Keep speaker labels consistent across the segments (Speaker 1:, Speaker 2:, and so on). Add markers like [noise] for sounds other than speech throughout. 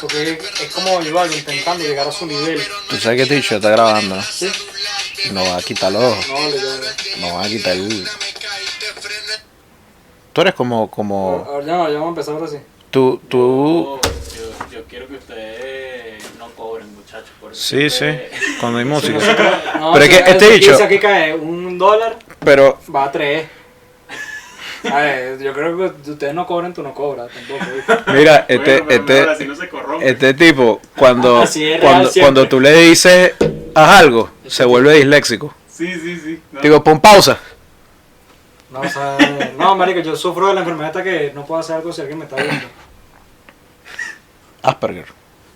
Speaker 1: Porque es, es como Vivaldo intentando llegar a su nivel.
Speaker 2: Tú sabes que Ticho está grabando. ¿no?
Speaker 1: ¿sí?
Speaker 2: Nos va a quitar los ojos.
Speaker 1: No, le yo-
Speaker 2: Nos va a quitar el. Tú eres como. como
Speaker 1: Ahora ya, no, ya vamos a empezar ahora sí.
Speaker 2: tú, tú.
Speaker 3: Yo, yo quiero que ustedes no cobren, muchachos. Por eso
Speaker 2: Sí, sí.
Speaker 3: que- [laughs]
Speaker 2: Cuando hay música. [laughs]
Speaker 1: No,
Speaker 2: Pero es
Speaker 1: si
Speaker 2: que
Speaker 1: cae-
Speaker 2: este
Speaker 1: si
Speaker 2: bicho-
Speaker 1: dice aquí cae un dólar,
Speaker 2: Pero.
Speaker 1: va a tres. A ver, yo creo que si ustedes no cobran, tú no cobras tampoco. ¿viste?
Speaker 2: Mira,
Speaker 3: Bueno,
Speaker 2: este.
Speaker 3: pero
Speaker 2: este
Speaker 3: mejor así no se corrompe.
Speaker 2: Este tipo, cuando,
Speaker 1: Así es real
Speaker 2: cuando,
Speaker 1: siempre.
Speaker 2: cuando tú le dices haz algo, se vuelve disléxico.
Speaker 3: Sí, sí, sí. No.
Speaker 2: Digo, pon pausa.
Speaker 1: No, o sea, no, marico, yo sufro de la enfermedad hasta que no puedo hacer algo si alguien me está viendo.
Speaker 2: Asperger.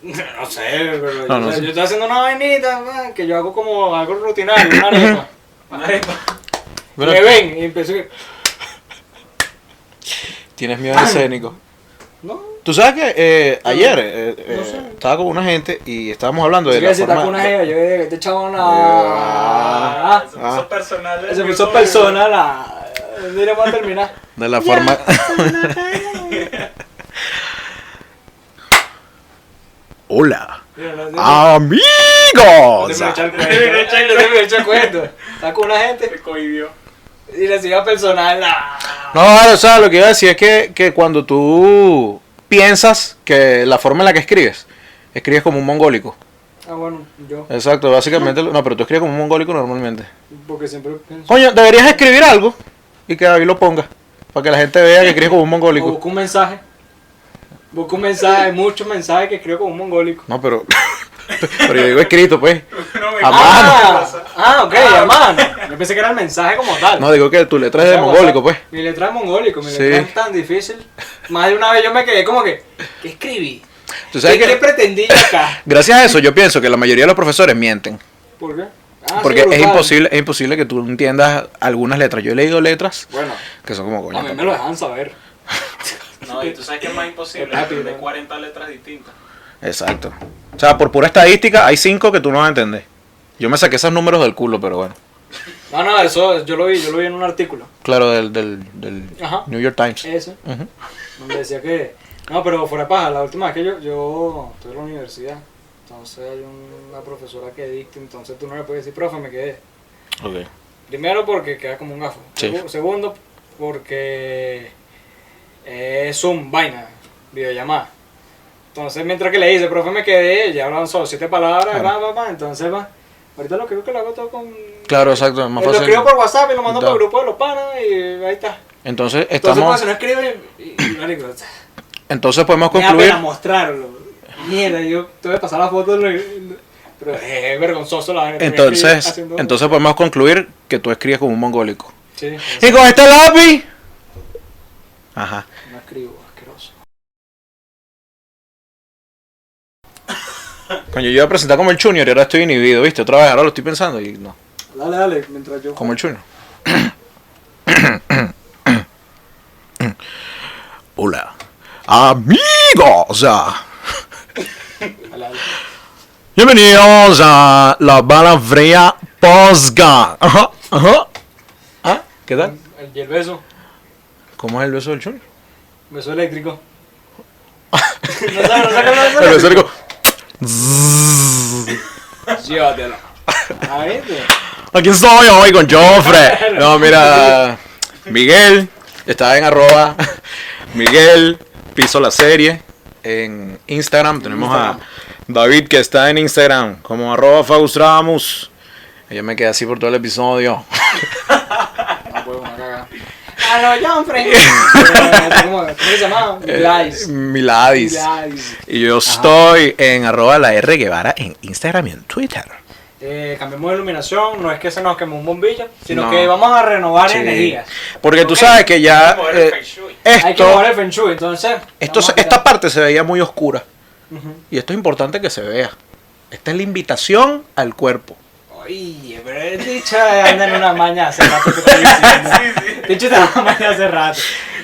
Speaker 1: No sé, pero
Speaker 2: No,
Speaker 1: yo,
Speaker 2: no
Speaker 1: o sea,
Speaker 2: sé.
Speaker 1: yo estoy haciendo una vainita man, que yo hago como algo rutinario, una arepa.
Speaker 3: Una arepa.
Speaker 1: Me ven y empiezo que.
Speaker 2: Tienes miedo escénico.
Speaker 1: No,
Speaker 2: Tú sabes que eh, ayer eh, eh,
Speaker 1: No sé.
Speaker 2: estaba con una gente y estábamos hablando de
Speaker 1: si
Speaker 2: la
Speaker 1: quieres está
Speaker 2: forma...
Speaker 1: con una jeva, yo digo que este chabón.
Speaker 2: Ah.
Speaker 1: Ah,
Speaker 3: Eso
Speaker 2: Ah.
Speaker 3: puso personal.
Speaker 1: se puso persona, la. Mira, vamos a terminar.
Speaker 2: de la forma... Hola,
Speaker 1: Mira, no,
Speaker 2: Ah,
Speaker 1: no, no
Speaker 2: amigos.
Speaker 1: se me echa el cuento.
Speaker 3: No se me [laughs] echa el
Speaker 1: No se me echa el cuento. Está con una gente
Speaker 3: Se cohibió. [laughs]
Speaker 1: y le sigue a personal. ah.
Speaker 2: No, ahora, o sea, lo que iba a decir es que, que cuando tú piensas que la forma en la que escribes, escribes como un mongólico.
Speaker 1: Ah, bueno, yo.
Speaker 2: Exacto, básicamente. No, pero tú escribes como un mongólico normalmente.
Speaker 1: Porque siempre pienso.
Speaker 2: Coño, deberías escribir algo y que David lo ponga. Para que la gente vea que escribes como un
Speaker 1: O
Speaker 2: mongólico.
Speaker 1: busco un mensaje. Busco un mensaje, muchos mensajes que escribo como un mongólico.
Speaker 2: No, pero. [laughs] Pero yo digo escrito, pues.
Speaker 3: No, me
Speaker 2: A
Speaker 1: Ah,
Speaker 3: pasa.
Speaker 1: ah, ok, hermano. Yo pensé que era el mensaje como tal.
Speaker 2: No, digo que tu letra es de mongólico, pues.
Speaker 1: Mi letra es mongólico, mi
Speaker 2: Sí.
Speaker 1: letra es tan difícil. Más de una vez yo me quedé como que, ¿qué escribí?
Speaker 2: Tú sabes
Speaker 1: ¿Qué, qué
Speaker 2: que.
Speaker 1: pretendí yo acá?
Speaker 2: Gracias a eso, yo pienso que la mayoría de los profesores mienten.
Speaker 1: ¿Por qué? Ah,
Speaker 2: Porque
Speaker 1: sí,
Speaker 2: es
Speaker 1: brutal.
Speaker 2: imposible, es imposible que tú entiendas algunas letras. Yo he leído letras
Speaker 1: Bueno,
Speaker 2: que son como
Speaker 1: a
Speaker 2: coño.
Speaker 1: mí me lo dejan saber.
Speaker 2: Ah.
Speaker 3: [laughs] No, y tú sabes que es más imposible.
Speaker 1: Papi,
Speaker 3: de
Speaker 1: no.
Speaker 3: 40 letras distintas.
Speaker 2: Eh, Exacto. O sea, por pura estadística, hay cinco que tú no vas a entender. Yo me saqué esos números del culo, pero bueno.
Speaker 1: No, no, eso yo lo vi, yo lo vi en un artículo.
Speaker 2: Claro, del, del, del
Speaker 1: Ajá.
Speaker 2: New York Times.
Speaker 1: Eso,
Speaker 2: Ujú.
Speaker 1: donde decía que. No, pero fuera de paja, la última vez que yo, yo estoy en la universidad, entonces hay una profesora que dicta, entonces tú no le puedes decir, profe, me quedé.
Speaker 2: Ok.
Speaker 1: Primero porque queda como un gafo.
Speaker 2: Sí.
Speaker 1: Segu- Segundo porque es un vaina, videollamada. Entonces, mientras que le dice, profe, me quedé, ya hablan solo siete palabras,
Speaker 2: Claro.
Speaker 1: va, va, va, entonces va. Ahorita lo creo que lo hago todo con...
Speaker 2: Claro, exacto, es más
Speaker 1: Eh, lo
Speaker 2: fácil.
Speaker 1: escribo por WhatsApp y lo mando
Speaker 2: Da.
Speaker 1: por el grupo de los panas y ahí está.
Speaker 2: Entonces
Speaker 1: Entonces, pues,
Speaker 2: estamos,
Speaker 1: si no escriben, y, y, marico, o sea,
Speaker 2: entonces podemos
Speaker 1: me da
Speaker 2: concluir.
Speaker 1: pena mostrarlo. Mierda, yo te voy a pasar la foto, lo- lo- pero es vergonzoso la gente.
Speaker 2: Entonces, entonces podemos concluir que tú escribes como un mongólico.
Speaker 1: Sí,
Speaker 2: Y con este lápiz. Ajá.
Speaker 1: no escribo, asqueroso.
Speaker 2: Coño, yo iba a presentar como el Junior y ahora estoy inhibido, ¿viste? Otra vez, ahora lo estoy pensando y no.
Speaker 1: Dale, dale, mientras yo.
Speaker 2: Como el Junior. [coughs] Hola. Amigos. ah,
Speaker 1: Dale, dale.
Speaker 2: Bienvenidos a la bala fría posga. Ajá, ajá. ¿Ah? ¿Qué tal?
Speaker 1: Y el beso,
Speaker 2: ¿Cómo es el beso del Junior?
Speaker 1: beso eléctrico. [laughs] no saca, no saca el beso
Speaker 2: [laughs] El
Speaker 1: eléctrico.
Speaker 2: beso eléctrico. [laughs] Zzzz.
Speaker 1: Llévatelo. A ver,
Speaker 2: Aquí estoy hoy con Joffre. No, mira. Miguel está en arroba. [laughs] Miguel piso la serie. En Instagram tenemos a David que está en Instagram como arroba Faustramus. Yo me quedé así por todo el episodio.
Speaker 1: no puedo, una cagada. A lo John
Speaker 2: [laughs]
Speaker 1: Frank. Eh, ¿Cómo cómo se llama?
Speaker 2: Eh,
Speaker 1: Lies.
Speaker 2: [laughs] Miladis.
Speaker 1: Lies.
Speaker 2: Y yo estoy en arroba la R Guevara en Instagram y en Twitter.
Speaker 1: Eh, cambiemos de iluminación, no es que se nos queme un bombillo, sino
Speaker 2: No.
Speaker 1: que vamos a renovar
Speaker 2: Sí.
Speaker 1: energías.
Speaker 2: Porque tú
Speaker 3: Ok.
Speaker 2: sabes que ya
Speaker 3: Vamos a ver
Speaker 2: eh,
Speaker 3: el feng shui.
Speaker 1: Hay que mover
Speaker 2: esto,
Speaker 1: el feng shui, entonces.
Speaker 2: esto
Speaker 1: vamos
Speaker 2: se-
Speaker 1: a
Speaker 2: esta
Speaker 1: quitar-
Speaker 2: parte se veía muy oscura.
Speaker 1: Ujú.
Speaker 2: Y esto es importante que se vea. Esta es la invitación al cuerpo.
Speaker 1: Oye, pero el dicho anda en una maña hace rato que estoy
Speaker 2: [laughs]
Speaker 1: diciendo. El dicho está en una maña hace rato.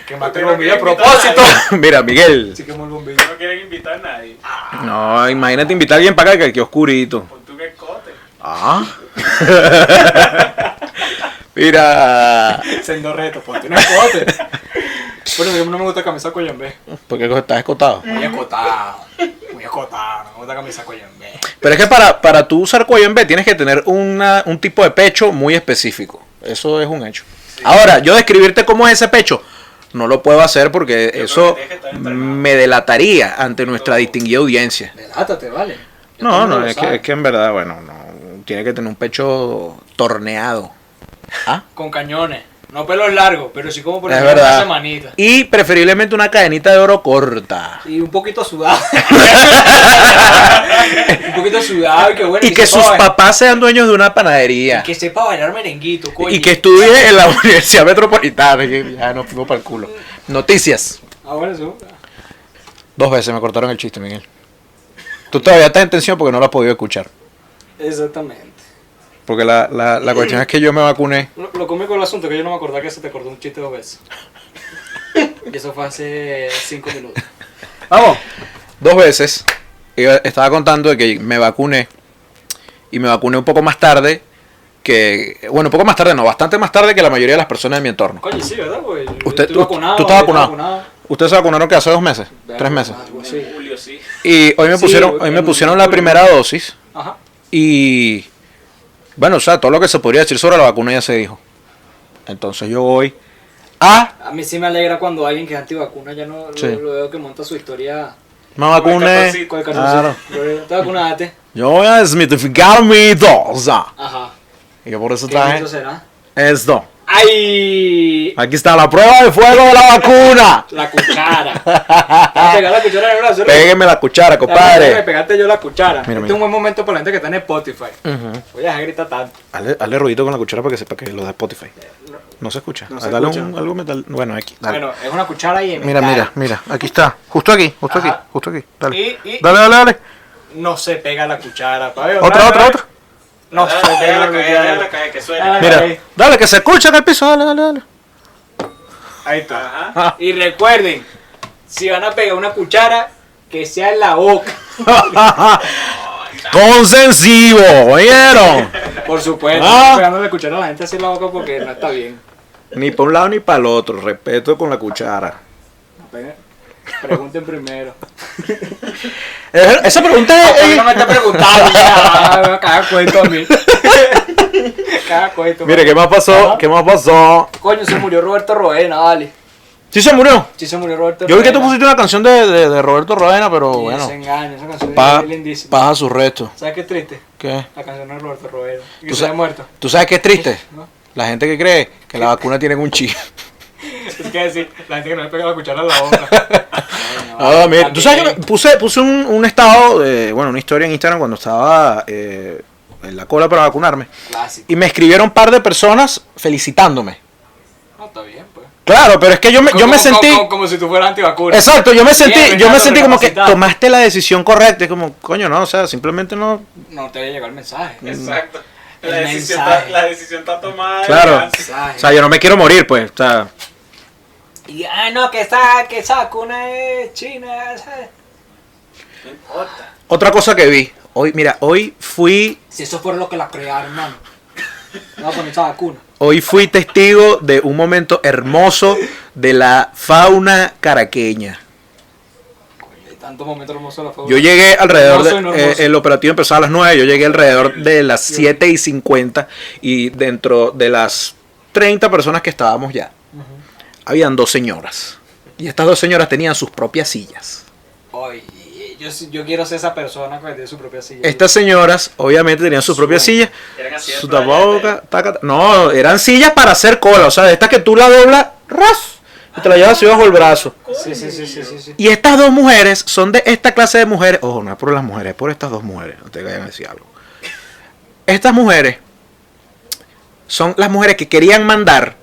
Speaker 1: Que mató el
Speaker 3: Pero
Speaker 1: bombillo a
Speaker 3: que
Speaker 1: propósito.
Speaker 2: [laughs] Mira, Miguel.
Speaker 1: Se quemó el bombillo.
Speaker 3: No quieren invitar a nadie.
Speaker 1: Ah.
Speaker 2: No, imagínate invitar a alguien para acá que aquí oscurito.
Speaker 3: Pon tu que cote.
Speaker 2: Ah. [laughs] Mira.
Speaker 1: Sendo reto, pues, ponte una escote. Bueno, a mí no me gusta camisa coyambe.
Speaker 2: Porque estás escotado.
Speaker 1: Muy escotado. Muy muy escotada, no me gusta camisa cuello en B.
Speaker 2: Pero es que para, para tú usar cuello en B tienes que tener una- un tipo de pecho muy específico. Eso es un hecho. Ahora, yo describirte cómo es ese pecho, no lo puedo hacer porque
Speaker 3: que
Speaker 2: eso
Speaker 3: tienes que estar entrenado.
Speaker 2: me delataría ante nuestra distinguida audiencia.
Speaker 1: Delátate, vale. Ya todo
Speaker 2: No,
Speaker 1: el mundo
Speaker 2: no,
Speaker 1: lo
Speaker 2: es que,
Speaker 1: sabe.
Speaker 2: es que en verdad, bueno, no, tiene que tener un pecho torneado. ¿Ah?
Speaker 1: Con cañones. No pelos largos, pero sí como por
Speaker 2: Es
Speaker 1: ejemplo una
Speaker 2: verdad.
Speaker 1: semanita.
Speaker 2: Y preferiblemente una cadenita de oro corta.
Speaker 1: Y un poquito sudado. un poquito sudado y que bueno.
Speaker 2: Y que sus
Speaker 1: sepa ba-
Speaker 2: papás sean dueños de una panadería.
Speaker 1: y que sepa bailar merenguito, coño.
Speaker 2: Y que estudie en la [laughs] Universidad Metropolitana. Y Ya nos fuimos para el culo. Noticias.
Speaker 1: Ah, bueno, eso.
Speaker 2: Dos veces me cortaron el chiste, Miguel. Tú todavía estás en tensión porque no lo has podido escuchar.
Speaker 1: Exactamente.
Speaker 2: Porque la, la, la cuestión es que yo me vacuné.
Speaker 1: Lo, lo cómico del asunto es que yo no me acordaba que se te cortó un chiste dos veces. y eso fue hace cinco minutos.
Speaker 2: Vamos. Dos veces. Iba- Estaba contando de que me vacuné. Y me vacuné un poco más tarde que... Bueno, un poco más tarde, no. Bastante más tarde que la mayoría de las personas de mi entorno.
Speaker 1: Coño, sí, ¿verdad? Porque yo
Speaker 2: Usted-
Speaker 1: estoy
Speaker 2: tú- tú estás
Speaker 1: Gabriel está
Speaker 2: vacunado. Ustedes se vacunaron que hace dos meses. Tres meses.
Speaker 1: Algo
Speaker 3: En
Speaker 1: así.
Speaker 3: julio sí.
Speaker 2: Y hoy me
Speaker 1: Sí,
Speaker 2: pusieron,
Speaker 1: ok,
Speaker 2: hoy me
Speaker 1: muy
Speaker 2: pusieron
Speaker 1: bien,
Speaker 2: la
Speaker 1: muy bien.
Speaker 2: primera dosis
Speaker 1: Ajá.
Speaker 2: y bueno, o sea, todo lo que se podría decir sobre la vacuna ya se dijo. Entonces yo voy "Ah, a
Speaker 1: A mí sí me alegra cuando alguien que es antivacuna ya no lo-
Speaker 2: Sí.
Speaker 1: lo, veo que monta su historia.
Speaker 2: me
Speaker 3: vacuné.
Speaker 2: vacuné.
Speaker 1: Con el
Speaker 2: Claro.
Speaker 1: claro. Te vacunaste.
Speaker 2: Yo voy a desmitificar mi dosa.
Speaker 1: Ajá.
Speaker 2: Y yo por eso
Speaker 1: ¿Qué eso
Speaker 2: traje
Speaker 1: será?
Speaker 2: esto.
Speaker 1: ¡Ay!
Speaker 2: Aquí está la prueba de fuego de la vacuna.
Speaker 1: La
Speaker 2: [laughs]
Speaker 1: cuchara. Te vas a pegar la cuchara en el brazo. ¿no?
Speaker 2: Pégueme la cuchara,
Speaker 1: Me
Speaker 2: compadre.
Speaker 1: pegaste yo la cuchara. este
Speaker 2: Mira, mira.
Speaker 1: es un buen momento para la gente que está en Spotify.
Speaker 2: Ujú.
Speaker 1: Voy a dejar gritar tanto.
Speaker 2: Hazle, hazle ruidito con la cuchara para que sepa que lo da Spotify. No se escucha.
Speaker 1: No se
Speaker 2: Dale
Speaker 1: escucha.
Speaker 2: un- algo metal. Bueno, aquí. dale.
Speaker 1: Bueno, es una cuchara y en
Speaker 2: Mira,
Speaker 1: mitad
Speaker 2: mira, mira. Aquí está. Justo aquí, justo
Speaker 1: Ajá.
Speaker 2: aquí, justo aquí. Dale.
Speaker 1: Y- y-
Speaker 2: dale, dale, dale.
Speaker 1: No se pega la cuchara. pa' ver,
Speaker 2: Otra, otra, otra.
Speaker 1: No se
Speaker 3: Dale,
Speaker 1: pega la
Speaker 3: dale, dale, dale,
Speaker 1: cuchara.
Speaker 3: dale, que
Speaker 1: Dale.
Speaker 3: suena.
Speaker 2: Mira, dale, que se escucha en el piso. Dale, dale, [laughs] dale.
Speaker 1: Ahí está.
Speaker 3: Ajá.
Speaker 2: Ah.
Speaker 1: Y recuerden, si van a pegar una cuchara, que sea en la boca.
Speaker 2: Consensivo, ¿oyeron?
Speaker 1: Por supuesto,
Speaker 2: Ah.
Speaker 1: no pegándole la cuchara a la gente así en la boca porque no está bien.
Speaker 2: Ni para un lado ni para el otro. Respeto con la cuchara.
Speaker 1: Venga, Pregunten primero.
Speaker 2: Eh, Esa pregunta
Speaker 1: Porque
Speaker 2: es.
Speaker 1: no me está preguntando. ya, Cada cuento a mí. Cada cuento.
Speaker 2: [laughs] Mire, ¿qué más pasó? ¿Qué más pasó?
Speaker 1: Coño, se murió Roberto Roena, vale.
Speaker 2: Sí, se murió.
Speaker 1: Sí, se murió Roberto
Speaker 2: Yo vi que tú
Speaker 1: Roena.
Speaker 2: pusiste una canción de, de- de Roberto Roena, pero
Speaker 1: Sí,
Speaker 2: bueno.
Speaker 1: Se engaña, esa canción
Speaker 2: Pa,
Speaker 1: es lindísima.
Speaker 2: paja sus restos.
Speaker 1: ¿Sabes qué triste?
Speaker 2: ¿Qué?
Speaker 1: La canción de Roberto Roena. Y
Speaker 2: Tú
Speaker 1: que se
Speaker 2: sa-
Speaker 1: haya muerto.
Speaker 2: ¿Tú sabes qué es triste?
Speaker 1: ¿No?
Speaker 2: La gente que cree que la vacuna tiene un chip.
Speaker 1: Es que decir, la gente que no le pega la cuchara a
Speaker 2: [laughs]
Speaker 1: la boca.
Speaker 2: Ah, mira, tú sabes que me- puse, puse un, un estado, de, bueno, una historia en Instagram cuando estaba eh, en la cola para vacunarme.
Speaker 1: Clásico.
Speaker 2: Y me escribieron un par de personas felicitándome.
Speaker 1: No, está bien, pues.
Speaker 2: Claro, pero es que yo me, yo
Speaker 1: Como-
Speaker 2: me sentí...
Speaker 1: Como, como si tú fueras antivacuna.
Speaker 2: Exacto, yo me sentí,
Speaker 1: Bien,
Speaker 2: yo me
Speaker 1: Ricardo,
Speaker 2: sentí como que
Speaker 1: recapacitado.
Speaker 2: tomaste la decisión correcta. Es como, coño, no, o sea, simplemente no.
Speaker 1: No te había llegado el mensaje.
Speaker 3: Exacto.
Speaker 1: Mm. El
Speaker 3: La decisión,
Speaker 1: mensaje.
Speaker 3: está, la decisión está tomada.
Speaker 2: Claro.
Speaker 3: ya.
Speaker 2: O sea, yo no me quiero morir, pues. O sea,
Speaker 1: Y, ah, no, que esa, que esa vacuna es china. esa-
Speaker 3: No importa.
Speaker 2: otra cosa que vi. Hoy, mira, hoy fui,
Speaker 1: Si eso fue lo que la crearon, hermano. No, con esa vacuna.
Speaker 2: hoy fui testigo de un momento hermoso de la fauna caraqueña.
Speaker 1: De tantos momentos hermosos de la fue.
Speaker 2: Yo llegué alrededor,
Speaker 1: Hermoso
Speaker 2: de-
Speaker 1: y no hermoso.
Speaker 2: eh, el operativo empezó a las 9, yo llegué alrededor de las 7 y 50 y dentro de las 30 personas que estábamos ya, habían dos señoras. Y estas dos señoras tenían sus propias sillas.
Speaker 1: Ay, yo, sí- yo quiero ser esa persona que tiene su propia silla.
Speaker 2: Estas señoras obviamente tenían sus propias sillas,
Speaker 3: Eran así de
Speaker 2: su
Speaker 3: playa,
Speaker 2: tapaboca, taca, taca. no, eran sillas para hacer cola, o sea, de estas que tú la doblas, ras, y te la llevas así bajo el brazo.
Speaker 1: Sí, sí, sí, sí, sí. sí.
Speaker 2: Y estas dos mujeres son de esta clase de mujeres. Ojo, no es por las mujeres, es por estas dos mujeres. No te vayan a decir algo. Estas mujeres son las mujeres que querían mandar,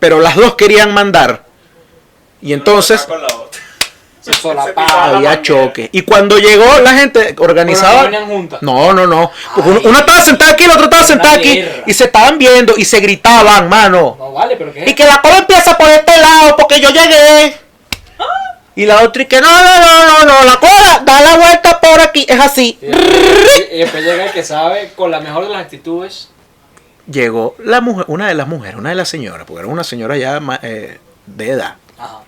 Speaker 2: pero las dos querían mandar. Y entonces
Speaker 3: Una con la otra.
Speaker 1: Se solapaba.
Speaker 3: la
Speaker 2: había
Speaker 3: manguera.
Speaker 2: choque. Y cuando llegó la gente organizaba.
Speaker 1: Pero no venían juntas.
Speaker 2: No, no, no. Porque
Speaker 1: Ay.
Speaker 2: uno- una estaba sentada aquí, la otra estaba sentada aquí.
Speaker 1: mierda.
Speaker 2: Y se estaban viendo y se gritaban, mano.
Speaker 1: No vale, pero ¿qué?
Speaker 2: Y que la cola empieza por este lado porque yo llegué. Y la otra y que no, no, no, no, no, la cola, da la vuelta por aquí, es así.
Speaker 1: Y después- y después llega el que sabe con la mejor de las actitudes.
Speaker 2: Llegó la mujer, una de las mujeres, una de las señoras, porque era una señora ya ma- eh, de edad,
Speaker 1: Ajá.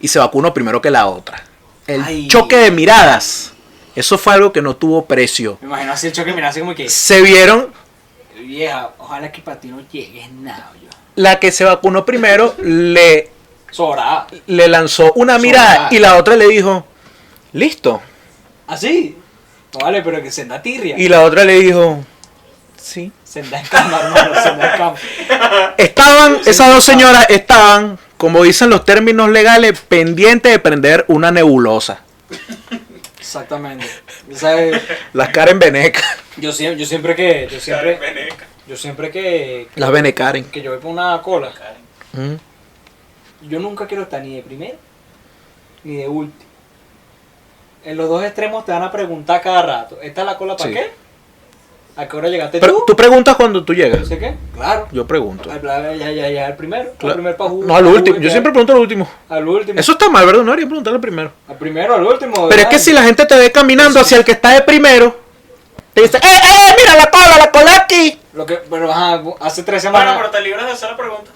Speaker 2: y se vacunó primero que la otra. El
Speaker 1: Ay.
Speaker 2: choque de miradas Eso fue algo que no tuvo precio.
Speaker 1: Me imagino así el choque, mira, así como que,
Speaker 2: Se vieron
Speaker 1: vieja, ojalá que para ti no llegues nada, yo.
Speaker 2: la que se vacunó primero, le,
Speaker 1: Sobrada.
Speaker 2: le lanzó una mirada y la otra le dijo, listo.
Speaker 1: ¿Así? No vale, pero que senda tirria.
Speaker 2: Y la otra le dijo, sí.
Speaker 1: Senda escama, [laughs] hermano, senda escama.
Speaker 2: Estaban, esas dos señoras estaban, como dicen los términos legales, pendientes de prender una nebulosa.
Speaker 1: Exactamente. ¿Sabes?
Speaker 2: Las Karen Beneca.
Speaker 1: Yo, siem- yo siempre que, yo siempre,
Speaker 3: Veneca.
Speaker 1: yo siempre que,
Speaker 2: [laughs] Las Benecaren.
Speaker 1: que yo voy por una cola,
Speaker 3: Karen.
Speaker 2: Mm.
Speaker 1: yo nunca quiero estar ni de primero ni de último. En los dos extremos te van a preguntar cada rato, ¿esta es la cola para
Speaker 2: Sí.
Speaker 1: qué? ¿A qué hora llegaste
Speaker 2: Pero
Speaker 1: tú?
Speaker 2: tú preguntas cuando tú
Speaker 1: No
Speaker 2: llegas.
Speaker 1: sé qué. Claro.
Speaker 2: Yo pregunto.
Speaker 1: Al- al- Ya, ya, ya, al primero. Al
Speaker 2: Cla-
Speaker 1: primero para jugar.
Speaker 2: No, al último. Yo siempre pregunto al último.
Speaker 1: Al último.
Speaker 2: Eso está mal, ¿verdad? No debería preguntarle primero.
Speaker 1: Al primero, al último.
Speaker 2: Pero es que si la gente te ve caminando hacia el que está de primero, te dice, ¡eh, eh, mira la cola, la cola aquí!
Speaker 1: Lo que, pero ajá, hace tres
Speaker 3: Bueno,
Speaker 1: semanas.
Speaker 3: pero te libras de hacer la pregunta.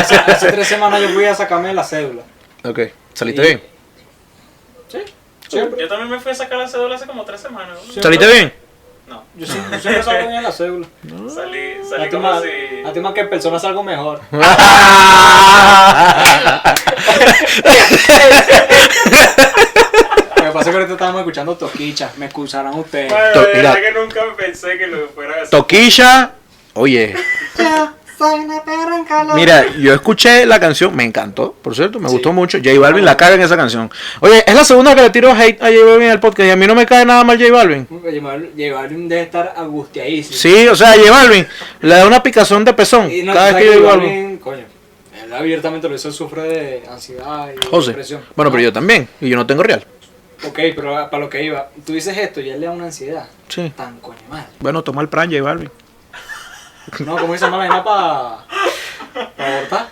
Speaker 1: hace, hace tres semanas yo fui a sacarme la cédula.
Speaker 2: Ok, saliste
Speaker 1: Y-
Speaker 2: bien.
Speaker 1: Sí, siempre.
Speaker 3: Yo también me fui a sacar la cédula hace como tres semanas. ¿no?
Speaker 1: Sí.
Speaker 2: ¿Saliste bien?
Speaker 3: No,
Speaker 1: Yo siempre, yo siempre salgo bien en la cédula.
Speaker 3: salí,
Speaker 1: Ah, A
Speaker 3: salí
Speaker 1: ti
Speaker 3: como
Speaker 1: más,
Speaker 3: si...
Speaker 1: a ti más que en persona salgo mejor. Lo que pasa es que ahorita estábamos escuchando Toquicha. Me excusarán ustedes.
Speaker 3: Bueno,
Speaker 2: To-
Speaker 3: de verdad
Speaker 2: mira.
Speaker 3: que nunca pensé que lo fuera a
Speaker 2: [laughs]
Speaker 3: hacer.
Speaker 2: Toquilla, oye, mira, yo escuché la canción, me encantó, por cierto, me gustó mucho. J Balvin la caga en esa canción. Oye, es la segunda que le tiro hate a J Balvin en el podcast y a mí no me cae nada mal J Balvin.
Speaker 1: Llevar debe estar angustiadísimo.
Speaker 2: Sí, o sea, J Balvin le da una picazón de pezón
Speaker 1: Y no,
Speaker 2: cada vez
Speaker 1: sabes
Speaker 2: que J
Speaker 1: J
Speaker 2: Balvin.
Speaker 1: Balvin, coño. Él abiertamente lo hizo, sufre de ansiedad y
Speaker 2: José,
Speaker 1: depresión.
Speaker 2: bueno, pero yo también, y yo no tengo real.
Speaker 1: Ok, pero a- para lo que iba, tú dices esto y a él le da una ansiedad.
Speaker 2: Sí.
Speaker 1: Tan coño mal.
Speaker 2: Bueno, toma el pran J Balvin.
Speaker 1: No, ¿cómo dice mala vaina para abortar?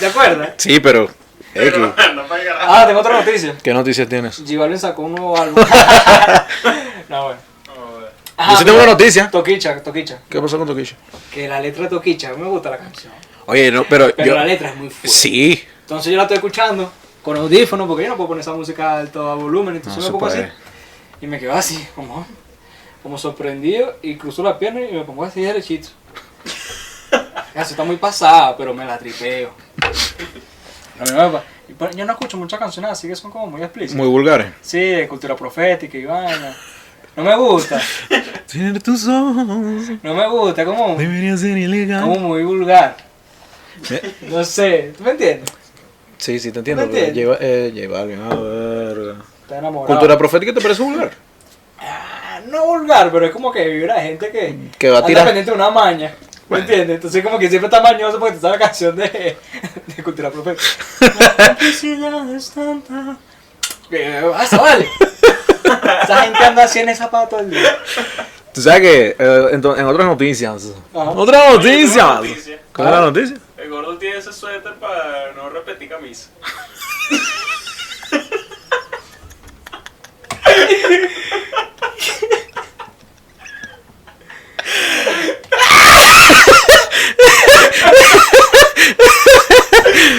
Speaker 1: ¿Te acuerdas?
Speaker 2: Sí, pero,
Speaker 3: Pero
Speaker 2: X,
Speaker 3: no me agarra.
Speaker 1: Ah, tengo otra noticia.
Speaker 2: ¿qué noticias tienes?
Speaker 1: G Balvin sacó un nuevo álbum. [laughs] no, bueno.
Speaker 3: Joder.
Speaker 1: Ah,
Speaker 2: Yo sí tengo una noticia.
Speaker 1: Toquicha, Toquicha.
Speaker 2: ¿Qué pasó con Toquilla?
Speaker 1: Que la letra de Toquicha, a mí me gusta la canción.
Speaker 2: Oye, no, pero,
Speaker 1: Pero
Speaker 2: yo...
Speaker 1: la letra pues. es muy fuerte.
Speaker 2: Sí,
Speaker 1: Entonces yo la estoy escuchando con audífono porque yo no puedo poner esa música a alto volumen, entonces
Speaker 2: No
Speaker 1: me pongo
Speaker 2: se
Speaker 1: así.
Speaker 2: puede.
Speaker 1: Y me quedo así, como, como sorprendido, y cruzo la pierna y me pongo así derechito.
Speaker 2: [laughs]
Speaker 1: Eso está muy pasada, pero me la tripeo. Lo mismo me pa- y pa- Yo no escucho muchas canciones así que son como muy explícitas.
Speaker 2: muy vulgares.
Speaker 1: Sí, de cultura profética y vaina. No me gusta,
Speaker 2: Tener tus ojos
Speaker 1: no me gusta, como,
Speaker 2: debería ser
Speaker 1: como
Speaker 2: ilegal.
Speaker 1: muy vulgar.
Speaker 2: Eh.
Speaker 1: No sé, ¿tú me entiendes?
Speaker 2: Sí, sí, te entiendo.
Speaker 1: ¿Me
Speaker 2: pero
Speaker 1: entiendes?
Speaker 2: lleva, eh, lleva alguien a verga.
Speaker 1: Está enamorado.
Speaker 2: ¿Cultura profética te parece vulgar?
Speaker 1: Ah, no vulgar, pero es como que vibra de gente que,
Speaker 2: Que va a
Speaker 1: anda
Speaker 2: tirar.
Speaker 1: pendiente de una maña. ¿Me
Speaker 2: Bueno.
Speaker 1: entiendes? Entonces como que siempre está mañoso porque te sabe la canción de, de Cultura Profética. La complicidad es tanta. Que, ah, eso vale. Esa gente anda así en esa zapato todo el día.
Speaker 2: Tú sabes que eh, en, to- en otras noticias.
Speaker 1: Ajá.
Speaker 2: ¡Otras
Speaker 3: Oye, tengo una
Speaker 2: noticias!
Speaker 3: noticia.
Speaker 2: ¿Cuál es la noticia?
Speaker 3: El gordo tiene ese suéter para no repetir camisa. [laughs]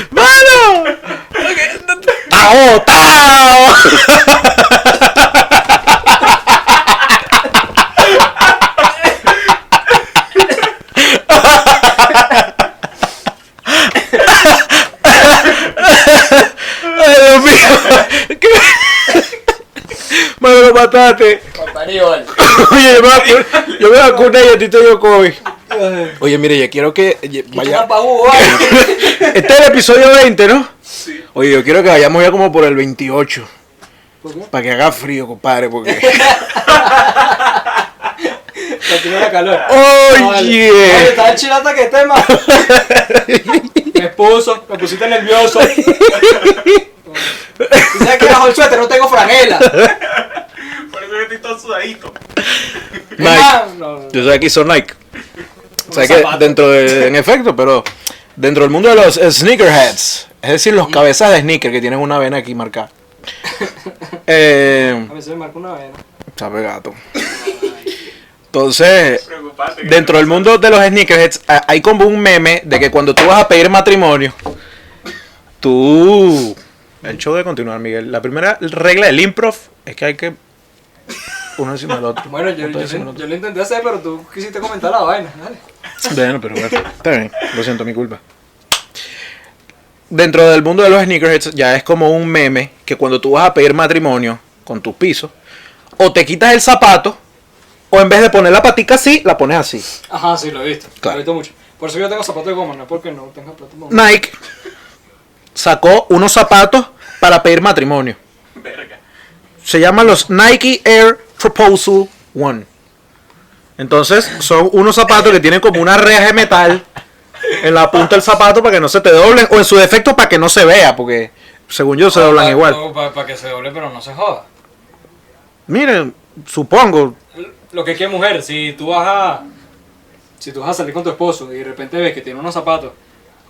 Speaker 2: ¡Mano! ¡Tao! ¡Tao! ¡Ay, Dios mío! ¿Qué? Mano, lo mataste. Oye, yo me vacuné, yo me vacuné y a ti te dio COVID.
Speaker 1: Ay,
Speaker 2: Oye, mire, yo quiero que...
Speaker 1: una pavú, uh, vale.
Speaker 2: [laughs] Este es el episodio 20, ¿no?
Speaker 3: Sí.
Speaker 2: Oye, yo quiero que vayamos ya como por el 28.
Speaker 1: ¿Por qué?
Speaker 2: Para que haga frío, compadre, porque...
Speaker 1: Para que no haga calor. [laughs]
Speaker 2: Oye.
Speaker 1: Oye, estaba chila hasta que
Speaker 2: [laughs]
Speaker 1: tema. Me puso, me pusiste nervioso. ¿Tú sabes que bajo el suéter no tengo franela?
Speaker 3: Por eso yo estoy todo sudadito.
Speaker 2: Nike.
Speaker 1: No, no.
Speaker 2: Yo soy aquí son Nike. O sea que
Speaker 1: zapato.
Speaker 2: dentro de... En efecto, pero... Dentro del mundo de los sneakerheads. Es decir,
Speaker 1: Mm.
Speaker 2: los cabezas de sneaker que tienen una vena
Speaker 1: [laughs]
Speaker 2: aquí marcada. Eh,
Speaker 1: A veces me marca una vena.
Speaker 2: sabe gato. Entonces...
Speaker 3: Preocupante. que
Speaker 2: Dentro del mundo de los sneakerheads a- hay como un meme de que cuando tú vas a pedir matrimonio, tú El show debe continuar, Miguel. La primera regla del improv es que hay que. Uno encima del otro.
Speaker 1: Bueno, yo,
Speaker 2: Uno
Speaker 1: yo,
Speaker 2: encima del
Speaker 1: yo lo intenté hacer, pero tú quisiste comentar la vaina. Dale.
Speaker 2: otro. Bueno, pero bueno. Está bien. Lo siento, mi culpa. Dentro del mundo de los sneakerheads ya es como un meme que cuando tú vas a pedir matrimonio con tus pisos, o te quitas el zapato, o en vez de poner la patica así, la pones así.
Speaker 1: Ajá, sí, lo he visto.
Speaker 2: Claro.
Speaker 1: Lo he visto mucho. Por eso yo tengo zapatos de goma, no porque no tenga plata. No.
Speaker 2: Nike sacó unos zapatos para pedir matrimonio.
Speaker 3: Verga.
Speaker 2: Se llaman los Nike Air Proposal One. Entonces, son unos zapatos que tienen como una reja de metal en la punta del zapato para que no se te doblen, o en su defecto para que no se vea, porque según yo se doblan
Speaker 1: Ah,
Speaker 2: igual.
Speaker 1: Para que se doble, pero no se joda.
Speaker 2: Miren, supongo,
Speaker 1: Lo que quiere mujer, si tú vas a. Si tú vas a salir con tu esposo y de repente ves que tiene unos zapatos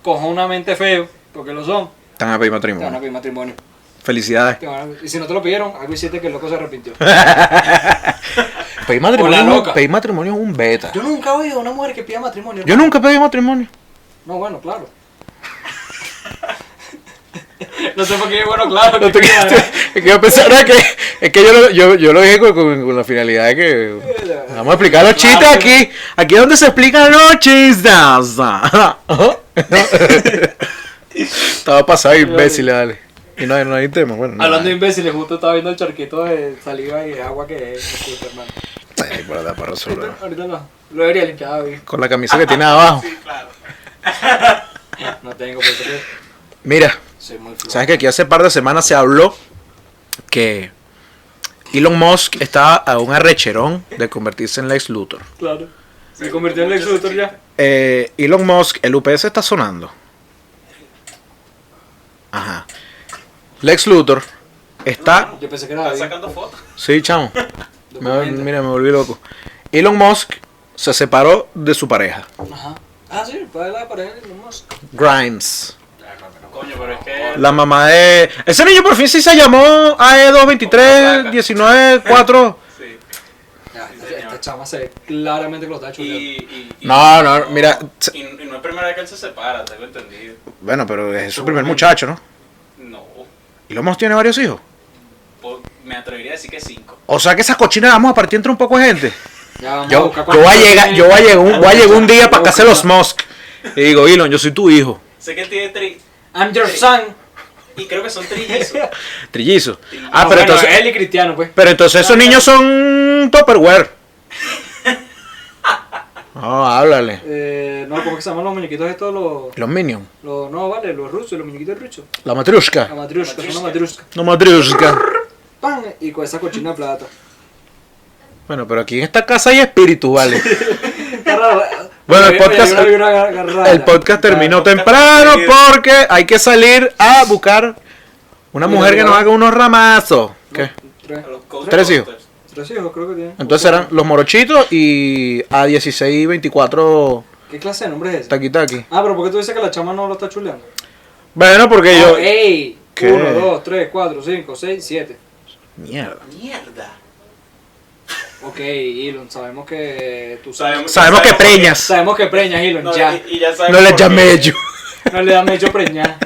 Speaker 1: cojonamente feos, porque lo son,
Speaker 2: están a pedir
Speaker 1: te van a
Speaker 2: matrimonio.
Speaker 1: pedir matrimonio. [laughs]
Speaker 2: Felicidades.
Speaker 1: Te van a- y si no te lo pidieron, algo hiciste que el loco se arrepintió.
Speaker 2: Pedir matrimonio,
Speaker 1: loca.
Speaker 2: pedir matrimonio es un beta.
Speaker 1: Yo nunca he oído a una mujer que pida matrimonio.
Speaker 2: Yo nunca he pedido matrimonio.
Speaker 1: No, bueno, claro. [laughs] no sé por qué, bueno, claro.
Speaker 2: [laughs] No te
Speaker 1: que-
Speaker 2: es que yo pensaba que, es que yo, lo, yo, yo lo dije con, con- con la finalidad de que vamos a explicar los chistes
Speaker 1: Claro.
Speaker 2: aquí. Aquí es donde se explican los chistes.
Speaker 1: [laughs]
Speaker 2: Estaba pasado imbécil, dale. Y no, hay- no hay tema, bueno. no
Speaker 1: Hablando de
Speaker 2: hay.
Speaker 1: imbéciles, justo estaba viendo el charquito de saliva y agua que es, hermano.
Speaker 2: Sí, por allá, para resolver.
Speaker 1: Ahorita, ahorita lo, lo debería limpiar, David.
Speaker 2: Con la camisa que
Speaker 1: Ah.
Speaker 2: tiene abajo.
Speaker 3: Sí, claro.
Speaker 1: No tengo, porque
Speaker 2: Mira,
Speaker 1: soy muy flojo.
Speaker 2: sabes que aquí hace par de semanas se habló que Elon Musk estaba a un arrecherón de convertirse en Lex Luthor.
Speaker 1: Claro. Se convirtió en Lex Luthor ya.
Speaker 2: Eh, Elon Musk, el UPS está sonando. Ajá. Lex Luthor está.
Speaker 1: Yo pensé que era
Speaker 3: Están
Speaker 1: David.
Speaker 3: sacando fotos.
Speaker 2: Sí, chamo. Me-
Speaker 1: Documento.
Speaker 2: mira, me volví loco. Elon Musk se separó de su pareja,
Speaker 1: Ajá. Ah, sí, para la pareja de Musk.
Speaker 2: Grimes.
Speaker 3: Coño, pero es que.
Speaker 2: La mamá de. Ese niño por fin sí se llamó E AE223-194.
Speaker 3: Sí.
Speaker 1: Ya,
Speaker 3: Sí,
Speaker 1: esta-
Speaker 3: señor.
Speaker 1: esta chama se ve claramente que lo está
Speaker 3: Y,
Speaker 1: chuleando.
Speaker 3: y- y-
Speaker 2: No, no, mira, se-
Speaker 3: Y, y no es primera vez que él se separa, tengo entendido.
Speaker 2: Bueno, pero es su primer muchacho, ¿no?
Speaker 3: No.
Speaker 2: Elon Musk tiene varios hijos.
Speaker 3: po- Me atrevería a decir que cinco.
Speaker 2: O sea que esas cochinas las vamos a partir entre un poco de gente.
Speaker 1: Ya vamos
Speaker 2: Yo,
Speaker 1: buscar
Speaker 2: yo voy a
Speaker 1: cuántos
Speaker 2: llegar,
Speaker 1: tiene.
Speaker 2: yo voy a llegar un, voy a llegar un día para
Speaker 1: Vamos a
Speaker 2: acá hacer los Musk. Y digo, Elon, yo soy tu hijo.
Speaker 3: Sé que tiene tres.
Speaker 1: I'm your
Speaker 2: Ah,
Speaker 1: son.
Speaker 3: Y creo que son
Speaker 1: [laughs]
Speaker 3: trillizos.
Speaker 2: Trillizo. Ah,
Speaker 1: No,
Speaker 2: pero
Speaker 1: bueno,
Speaker 2: entonces,
Speaker 1: Él y Cristiano, pues.
Speaker 2: pero entonces esos niños son Tupperware. No, háblale.
Speaker 1: Eh, no, ¿cómo que se llaman los muñequitos estos? Los,
Speaker 2: Los Minions.
Speaker 1: los- no, vale, los rusos, los muñequitos rusos.
Speaker 2: La
Speaker 1: La
Speaker 2: matriushka.
Speaker 1: matriushka, son una matriushka.
Speaker 2: No matriushka.
Speaker 1: Pan, y con esa cochina de [laughs] plata.
Speaker 2: Bueno, pero aquí en esta casa hay espíritus, vale.
Speaker 1: Está raro.
Speaker 2: Bueno, el
Speaker 1: Oye,
Speaker 2: podcast-
Speaker 1: oye, yo la vi una agarrada.
Speaker 2: El podcast terminó
Speaker 3: podcast
Speaker 2: temprano
Speaker 3: terminó.
Speaker 2: porque hay que salir a buscar una
Speaker 1: Mira,
Speaker 2: mujer que
Speaker 1: mira.
Speaker 2: nos haga unos ramazos. ¿Qué?
Speaker 1: Tres,
Speaker 3: A los Coast
Speaker 2: Tres hijos.
Speaker 3: Coasters.
Speaker 1: tres hijos creo que tiene.
Speaker 2: Entonces eran los morochitos y a 16 y 24
Speaker 1: ¿Qué clase de nombre es ese?
Speaker 2: taqui taqui.
Speaker 1: Ah, pero ¿por qué tú dices que la chama no lo está chuleando?
Speaker 2: Bueno, porque yo.
Speaker 1: Oh, ¡Ey!
Speaker 2: ¿Qué?
Speaker 1: Uno, dos, tres, cuatro, cinco, seis, siete.
Speaker 2: Mierda.
Speaker 3: Mierda.
Speaker 1: Ok, Elon, sabemos que tú sabes.
Speaker 3: Sabemos-
Speaker 2: Sabemos que preñas.
Speaker 1: Sabemos que preñas, Elon,
Speaker 3: No,
Speaker 1: ya.
Speaker 3: y, y ya sabemos
Speaker 2: No le
Speaker 3: por qué-
Speaker 2: llamé yo.
Speaker 1: No le da mecho preñar.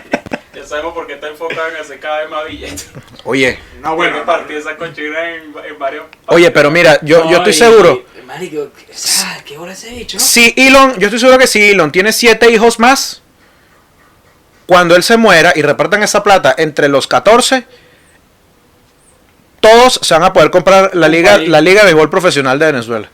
Speaker 3: Ya sabemos por qué está enfocado en hacer cada vez más billetes.
Speaker 2: Oye,
Speaker 3: [laughs]
Speaker 1: No,
Speaker 3: Tiene que partir esa cochina en, en varios.
Speaker 2: oye, pero mira, yo, yo estoy seguro.
Speaker 1: Marico, ah, qué hora ese bicho, ¿no?
Speaker 2: Si Elon, yo estoy seguro que si Elon tiene siete hijos más, cuando él se muera y repartan esa plata entre los 14, todos se van a poder comprar la
Speaker 1: Un
Speaker 2: liga,
Speaker 1: país.
Speaker 2: la liga de béisbol profesional de Venezuela.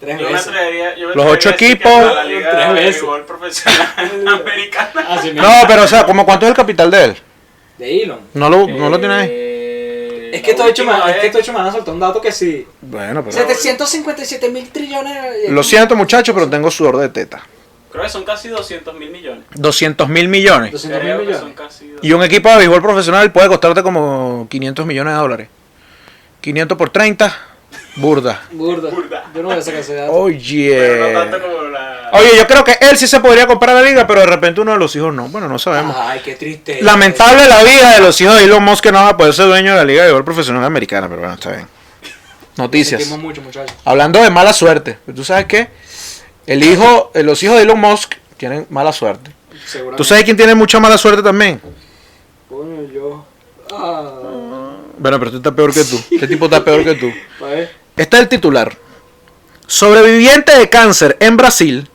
Speaker 1: Tres
Speaker 3: Yo me
Speaker 1: veces.
Speaker 3: atrevería, yo me
Speaker 2: Los ocho
Speaker 3: atrevería a decir que
Speaker 2: equipos.
Speaker 3: hasta La liga
Speaker 1: Tres
Speaker 3: de
Speaker 1: veces.
Speaker 3: béisbol
Speaker 1: [laughs]
Speaker 3: profesional americana.
Speaker 1: Ah, sí, mira.
Speaker 2: No, pero o [laughs] sea, ¿como cuánto es el capital de él?
Speaker 1: De Elon.
Speaker 2: No lo, Uh, no lo tiene ahí.
Speaker 3: Eh,
Speaker 1: Es que
Speaker 3: la
Speaker 1: todo hecho
Speaker 3: última
Speaker 1: más, es que
Speaker 3: vez-
Speaker 1: todo hecho me van a soltar un dato que sí.
Speaker 2: Bueno, pero...
Speaker 1: 757 mil trillones. eh.
Speaker 2: Lo siento muchachos, pero tengo sudor de teta.
Speaker 3: Creo que son casi 200 mil millones.
Speaker 2: 200 mil millones.
Speaker 1: 200 mil
Speaker 3: Creo que son
Speaker 1: millones.
Speaker 3: casi. dos-
Speaker 2: Y un equipo de béisbol profesional puede costarte como 500 millones de dólares. 500 por 30, burda.
Speaker 1: Burda.
Speaker 3: Burda.
Speaker 1: Yo no voy a sacar ese
Speaker 2: Oh,
Speaker 1: dato.
Speaker 2: Oye.
Speaker 3: Pero no tanto como la.
Speaker 2: Oye, yo creo que él sí se podría comprar la liga, pero de repente uno de los hijos no. Bueno, no sabemos.
Speaker 1: Ay, qué triste.
Speaker 2: Lamentable la vida de los hijos de Elon Musk que no va a poder ser dueño de la liga de béisbol profesional americana, pero bueno, está bien. Noticias.
Speaker 1: Sentimos mucho, muchachos.
Speaker 2: Hablando de mala suerte, ¿tú sabes qué? El hijo, eh, los hijos de Elon Musk tienen mala suerte.
Speaker 1: Seguramente.
Speaker 2: ¿Tú sabes quién tiene mucha mala suerte también?
Speaker 1: Ah,
Speaker 2: Bueno, pero tú estás peor que tú. Este tipo está peor que tú.
Speaker 1: pa' ver.
Speaker 2: Está el titular. Sobreviviente de cáncer en Brasil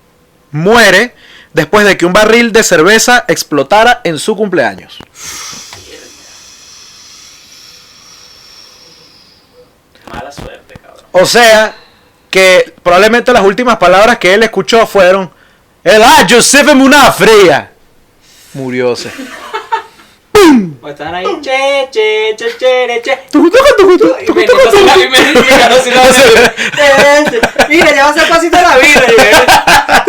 Speaker 2: muere después de que un barril de cerveza explotara en su cumpleaños.
Speaker 3: Mala suerte, cabrón.
Speaker 2: O sea, que probablemente las últimas palabras que él escuchó fueron El año se ve una fría. Murióse.
Speaker 1: Pues están ahí. Che, che, che, che, che. Y me Mira, ya va a ser pasito de la vida.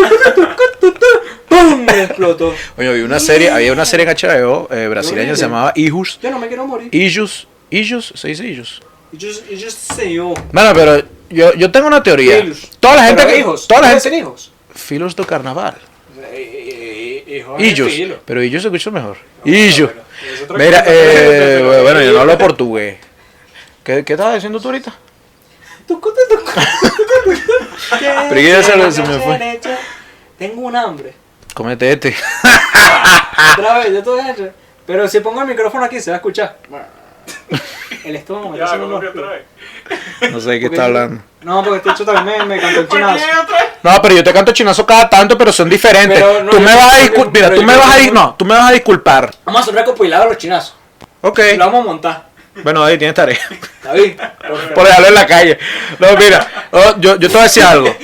Speaker 1: ¡Pum! Me explotó.
Speaker 2: Oye, había una serie, había una serie en HBO eh, brasileña que se llamaba Ijus.
Speaker 1: Yo no me quiero morir.
Speaker 2: Ijus, Ijus, se dice Ijus.
Speaker 1: Y yo, y yo señor.
Speaker 2: Bueno, pero yo, yo tengo una teoría. Toda la gente
Speaker 1: Pero
Speaker 2: que.
Speaker 1: hijos.
Speaker 2: toda la
Speaker 1: ¿pueden
Speaker 2: gente-
Speaker 1: ser hijos?
Speaker 2: Filos do carnaval.
Speaker 1: Eh, eh, eh, hijos.
Speaker 2: Illos.
Speaker 1: es filo.
Speaker 2: Pero Illos se escucha mejor.
Speaker 1: bueno,
Speaker 2: Illos.
Speaker 1: bueno, es otra
Speaker 2: Mira,
Speaker 1: cosa,
Speaker 2: eh,
Speaker 1: pero-
Speaker 2: bueno, yo no hablo portugués. ¿Qué, qué estabas diciendo tú ahorita?
Speaker 1: Tucu, tucu, tucu, tucu, tucu. [laughs]
Speaker 2: Pero ya se lo- se me fue.
Speaker 1: Tengo un hambre.
Speaker 2: Comete este. [laughs]
Speaker 1: Otra vez, de todo eso. Pero si pongo el micrófono aquí se va a
Speaker 2: [laughs]
Speaker 1: escuchar. El estómago. me está haciendo unos-
Speaker 2: No sé de qué
Speaker 1: Porque
Speaker 2: está
Speaker 1: yo-
Speaker 2: hablando.
Speaker 1: No, porque este hecho también me
Speaker 2: [laughs]
Speaker 1: cantó el chinazo.
Speaker 2: No, pero yo te canto chinazo cada tanto, pero son diferentes.
Speaker 1: Pero no,
Speaker 2: tú
Speaker 1: yo
Speaker 2: me
Speaker 1: creo
Speaker 2: vas a
Speaker 1: que-
Speaker 2: disculpar. Mira,
Speaker 1: pero
Speaker 2: tú
Speaker 1: yo
Speaker 2: me
Speaker 1: creo
Speaker 2: vas a
Speaker 1: que-
Speaker 2: dis- No, tú me vas a disculpar.
Speaker 1: Vamos a hacer un recopilado de los chinazos.
Speaker 2: Ok.
Speaker 1: Lo vamos a montar.
Speaker 2: Bueno, ahí tienes tarea.
Speaker 1: [laughs] David.
Speaker 2: Por dejarlo en la calle. No, mira. oh, yo, yo te voy a decir algo.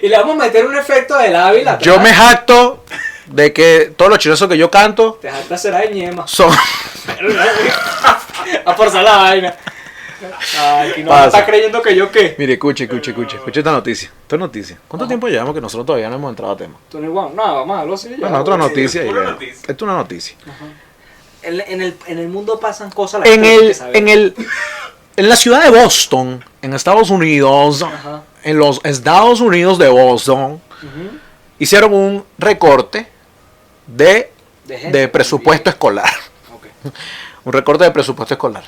Speaker 1: Y le vamos a meter un efecto del Ávila. atrás.
Speaker 2: Yo me jacto de que todos los chinazos que yo canto
Speaker 1: Te jactas será de ñema.
Speaker 2: son.
Speaker 1: [laughs]
Speaker 2: [laughs]
Speaker 1: A forzar la vaina. Ay, que no
Speaker 2: Pasa.
Speaker 1: me está creyendo que yo qué.
Speaker 2: Mire, escuche, escuche, escuche. Escuche esta noticia. Esta es noticia. ¿Cuánto
Speaker 1: Ajá.
Speaker 2: tiempo llevamos que nosotros todavía no hemos entrado a tema?
Speaker 1: Tony Juan, no, vamos a hablar así. ya.
Speaker 2: Bueno, otra noticia. y
Speaker 3: pura
Speaker 2: vea.
Speaker 3: noticia.
Speaker 2: Esto es una noticia.
Speaker 1: En, en el, en el mundo pasan cosas. las
Speaker 2: En
Speaker 1: cosas que
Speaker 2: el,
Speaker 1: saben.
Speaker 2: en el, en la ciudad de Boston, en Estados Unidos,
Speaker 1: Ajá.
Speaker 2: en los Estados Unidos de Boston,
Speaker 1: Ujú.
Speaker 2: hicieron un recorte de,
Speaker 1: De gente.
Speaker 2: de presupuesto escolar.
Speaker 1: Ok.
Speaker 2: Un recorte de presupuesto escolar.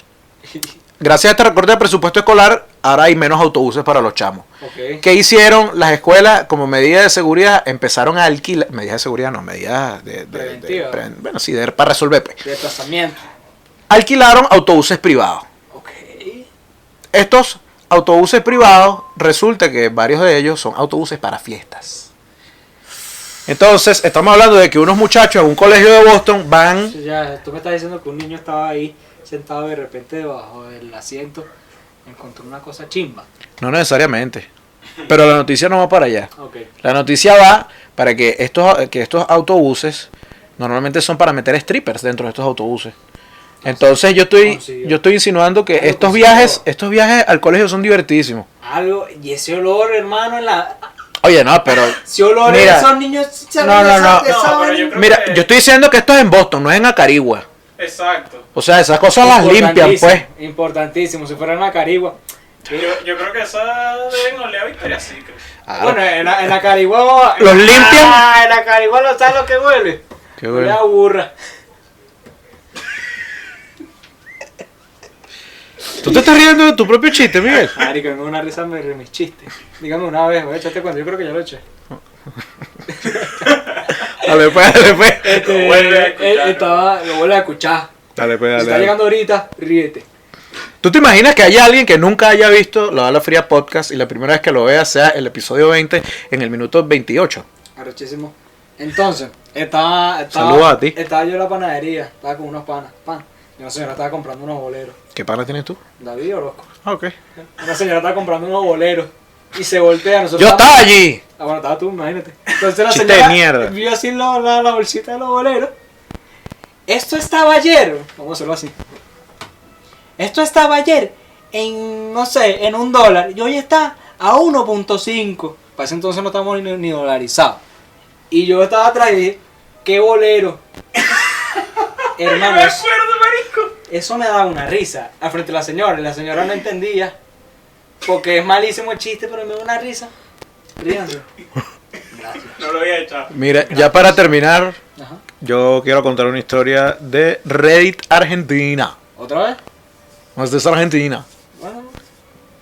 Speaker 2: Gracias a este recorte de presupuesto escolar, ahora hay menos autobuses para los chamos.
Speaker 1: Ok.
Speaker 2: ¿Qué hicieron las escuelas como medida de seguridad? Empezaron a alquilar, medidas de seguridad no, medidas de, de- de-
Speaker 1: Preventiva.
Speaker 2: pre- bueno, sí, de- para resolver. pues.
Speaker 1: Desplazamiento.
Speaker 2: Alquilaron autobuses privados.
Speaker 1: Ok.
Speaker 2: Estos autobuses privados, resulta que varios de ellos son autobuses para fiestas. Entonces, estamos hablando de que unos muchachos en un colegio de Boston van...
Speaker 1: Entonces ya, tú me estás diciendo que un niño estaba ahí sentado de repente debajo del asiento. Encontró una cosa chimba.
Speaker 2: No necesariamente, pero la noticia no va para allá.
Speaker 1: Ok.
Speaker 2: La noticia va para que estos, que estos autobuses normalmente son para meter strippers dentro de estos autobuses. Entonces yo estoy,
Speaker 1: Consiguió.
Speaker 2: yo estoy insinuando que
Speaker 1: Algo
Speaker 2: estos
Speaker 1: consiguió.
Speaker 2: viajes, estos viajes al colegio son divertidísimos.
Speaker 1: Algo. Y ese olor, hermano, en la.
Speaker 2: Oye, no, pero
Speaker 1: Ese olor,
Speaker 2: Mira.
Speaker 1: esos niños.
Speaker 2: No, no, no.
Speaker 1: esa- esa
Speaker 3: No, pero
Speaker 1: vaina-
Speaker 3: yo creo
Speaker 2: mira,
Speaker 3: que-
Speaker 2: yo estoy diciendo que esto es en Boston, no es en Acarigua.
Speaker 3: Exacto.
Speaker 2: O sea, esas cosas las limpian, pues.
Speaker 1: Importantísimo, Importantísimo, si fuera en la Carigua.
Speaker 3: Yo, yo creo que esa deben oler a Victoria Secret.
Speaker 2: Ah,
Speaker 1: Bueno, eh, en la, en la Carigua.
Speaker 2: ¿Los limpian?
Speaker 1: Ah, en la Carigua, ¿lo sabes lo que huele?
Speaker 2: qué
Speaker 1: Huele
Speaker 2: bueno.
Speaker 1: a burra.
Speaker 2: Tú te estás riendo de tu propio chiste, Miguel.
Speaker 1: Marico, me da una risa me re mis chistes. Dígame una vez, voy a echarte cuando yo creo que ya lo eché.
Speaker 2: Dale, pues, dale, pues.
Speaker 1: Este,
Speaker 3: Lo vuelve
Speaker 1: él-
Speaker 3: a escuchar, ¿no?
Speaker 1: estaba, lo vuelve a escuchar.
Speaker 2: Dale, pues,
Speaker 1: Si
Speaker 2: dale,
Speaker 1: está
Speaker 2: dale.
Speaker 1: llegando ahorita, ríete.
Speaker 2: ¿Tú te imaginas que haya alguien que nunca haya visto La Bala Fría Podcast y la primera vez que lo vea sea el episodio 20 en el minuto 28?
Speaker 1: Arrochísimo. Entonces, estaba, estaba.
Speaker 2: Saludos a ti.
Speaker 1: Estaba yo en la panadería, estaba con unos panas. Pan. Y una señora estaba comprando unos boleros.
Speaker 2: ¿Qué pana tienes tú?
Speaker 1: David Orozco.
Speaker 2: Ah, ok.
Speaker 1: Una señora estaba comprando unos boleros. Y se voltea. Nosotros
Speaker 2: Yo estaba
Speaker 1: estábamos-
Speaker 2: allí.
Speaker 1: Ah, bueno, estaba tú, imagínate. Entonces la
Speaker 2: Chiste de
Speaker 1: señora
Speaker 2: mierda.
Speaker 1: vio así la, la, la bolsita de los boleros. Esto estaba ayer. Vamos a hacerlo así. Esto estaba ayer en, no sé, en un dólar. Y hoy está a 1.5. Para ese entonces no estamos ni, ni dolarizados. Y yo estaba atrás y dije, qué bolero.
Speaker 2: Ah,
Speaker 3: ¡Me
Speaker 1: Hermanos,
Speaker 3: acuerdo, marico!
Speaker 1: eso me daba una risa. Al frente de la señora. Y la señora no entendía. Porque es malísimo el chiste, pero me da una risa. Ríanse. Gracias.
Speaker 3: No lo había echado.
Speaker 2: Mira, ya para terminar,
Speaker 1: Ajá.
Speaker 2: yo quiero contar una historia de Reddit Argentina.
Speaker 1: ¿Otra vez?
Speaker 2: No es de esa Argentina.
Speaker 1: Bueno.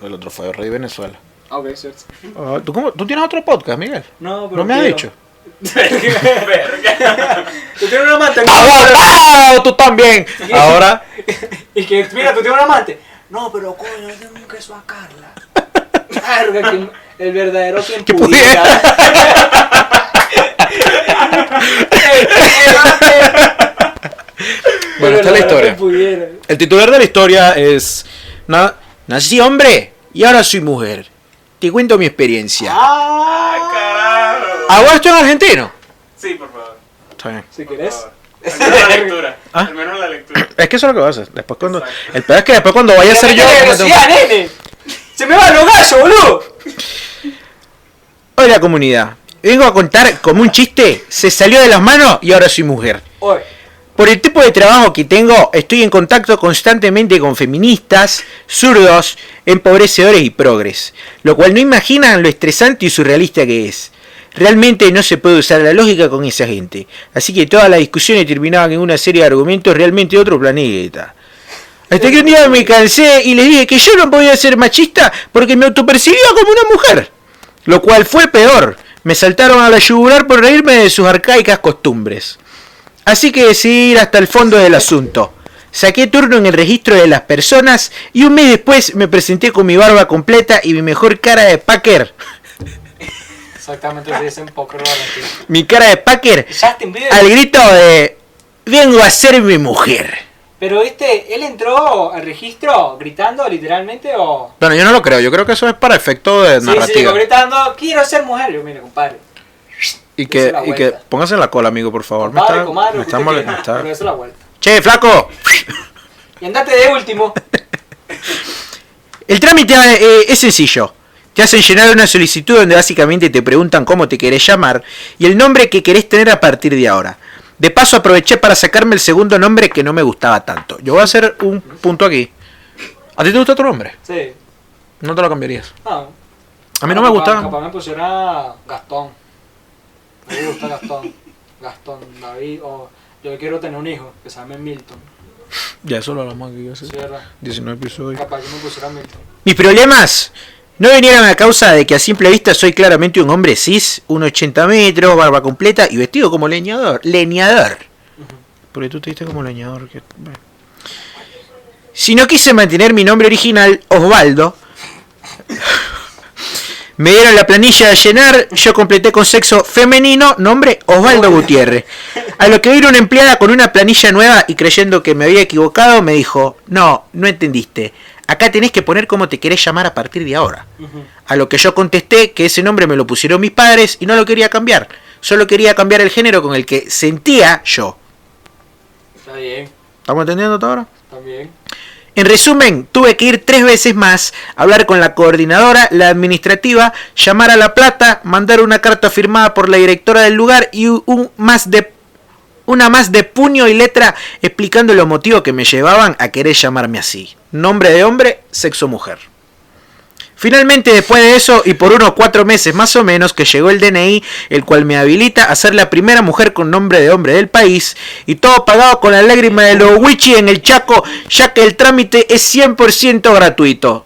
Speaker 2: El otro fue Reddit Venezuela.
Speaker 1: Ah, ok, cierto.
Speaker 2: Ah, ¿tú, cómo- tú tienes otro podcast, Miguel?
Speaker 1: No, pero
Speaker 2: ¿No me has
Speaker 1: quiero.
Speaker 2: dicho? [laughs]
Speaker 3: Verga.
Speaker 1: [laughs] Tú tienes un amante. ¿no?
Speaker 2: ¡Aguantado! Ah, ¡Tú [laughs] también!
Speaker 1: [laughs]
Speaker 2: Ahora,
Speaker 1: Y que, mira, tú tienes un amante. No, pero coño, yo tengo un queso a
Speaker 2: [laughs]
Speaker 1: Carla. Verga, que el verdadero quien
Speaker 2: Que
Speaker 1: pudiera.
Speaker 2: [laughs] bueno, esta es la historia.
Speaker 1: historia.
Speaker 2: El titular de la historia es... "Na- Nací hombre y ahora soy mujer. Te cuento mi experiencia.
Speaker 1: Ah,
Speaker 3: Carajo.
Speaker 2: ¿Hago esto en argentino?
Speaker 3: Sí, por favor.
Speaker 2: Está bien.
Speaker 1: Si
Speaker 3: por
Speaker 1: querés.
Speaker 3: favor. Al menos
Speaker 2: [laughs]
Speaker 3: la lectura.
Speaker 2: ¿Ah?
Speaker 3: Al menos la lectura.
Speaker 2: Es que eso es lo que vas a hacer. Después cuando...
Speaker 3: Exacto.
Speaker 2: El peor es que después cuando vaya a ser yo...
Speaker 1: ¡Qué
Speaker 2: me tengo-
Speaker 1: velocidad, nene! ¡Se me van los gallos, boludo!
Speaker 2: Hola comunidad. Vengo a contar como un chiste. Se salió de las manos y ahora soy mujer.
Speaker 1: Oye,
Speaker 2: Por el tipo de trabajo que tengo, estoy en contacto constantemente con feministas, zurdos, empobrecedores y progres, lo cual no imaginan lo estresante y surrealista que es. Realmente no se puede usar la lógica con esa gente, así que todas las discusiones terminaban en una serie de argumentos realmente de otro planeta. Hasta que un día me cansé y les dije que yo no podía ser machista porque me autopercibía como una mujer. Lo cual fue peor. Me saltaron a la yugular por reírme de sus arcaicas costumbres. Así que decidí ir hasta el fondo del asunto. Saqué turno en el registro de las personas y un mes después me presenté con mi barba completa y mi mejor cara de Packer.
Speaker 1: exactamente se dicen poker Valentín.
Speaker 2: Mi cara de Packer
Speaker 1: Justin Bieber.
Speaker 2: al grito de vengo a ser mi mujer.
Speaker 1: Pero este, ¿él entró al registro gritando literalmente o...?
Speaker 2: Bueno, yo no lo creo, yo creo que eso es para efecto de
Speaker 1: Sí, sí, digo, gritando, quiero ser mujer. Yo, mire, compadre.
Speaker 2: y
Speaker 1: hice la vuelta.
Speaker 2: póngase en la cola, amigo, por favor.
Speaker 1: Compadre, comadre, lo que usted
Speaker 2: mole-
Speaker 1: quiera,
Speaker 2: me
Speaker 1: [laughs]
Speaker 2: está-
Speaker 1: Pero eso es la vuelta.
Speaker 2: Che, flaco.
Speaker 1: Y andate de
Speaker 2: [laughs]
Speaker 1: último.
Speaker 2: El trámite eh, es sencillo. Te hacen llenar una solicitud donde básicamente te preguntan cómo te querés llamar y el nombre que querés tener a partir de ahora. De paso aproveché para sacarme el segundo nombre que no me gustaba tanto. Yo voy a hacer un punto aquí. ¿A ti te gusta tu nombre?
Speaker 1: Sí. Ah.
Speaker 2: No te lo cambiarías.
Speaker 1: No.
Speaker 2: A mí no me
Speaker 1: Capaz-
Speaker 2: gustaba.
Speaker 1: Capaz me pusiera Gastón. Me gusta
Speaker 2: [laughs]
Speaker 1: Gastón. Gastón, David, o... Yo quiero tener un hijo, que se llame Milton.
Speaker 2: Ya, eso lo hablamos aquí hace
Speaker 1: Sí, ¿verdad?
Speaker 2: 19 episodios.
Speaker 1: Capaz que me pusiera Milton.
Speaker 2: Mis problemas no vinieron a causa de que a simple vista soy claramente un hombre cis, 1,80 metros, barba completa y vestido como leñador. Leñador. Porque tú te viste como leñador. Que... bueno. Si no quise mantener mi nombre original, Osvaldo, me dieron la planilla a llenar, yo completé con sexo femenino, nombre Osvaldo Gutiérrez. A lo que vino una empleada con una planilla nueva y creyendo que me había equivocado, me dijo, no, no entendiste. Acá tenés que poner cómo te querés llamar a partir de ahora.
Speaker 1: Ujú.
Speaker 2: A lo que yo contesté que ese nombre me lo pusieron mis padres y no lo quería cambiar. Solo quería cambiar el género con el que sentía yo.
Speaker 1: Está bien,
Speaker 2: ¿Estamos entendiendo hasta ahora?
Speaker 1: también.
Speaker 2: En resumen, tuve que ir tres veces más, hablar con la coordinadora, la administrativa, llamar a La Plata, mandar una carta firmada por la directora del lugar y un- un más de, una más de puño y letra explicando los motivos que me llevaban a querer llamarme así. Nombre de hombre, sexo mujer. Finalmente, después de eso y por unos cuatro meses más o menos que llegó el DNI, el cual me habilita a ser la primera mujer con nombre de hombre del país, y todo pagado con la lágrima de los wichis en el Chaco, ya que el trámite es 100% gratuito.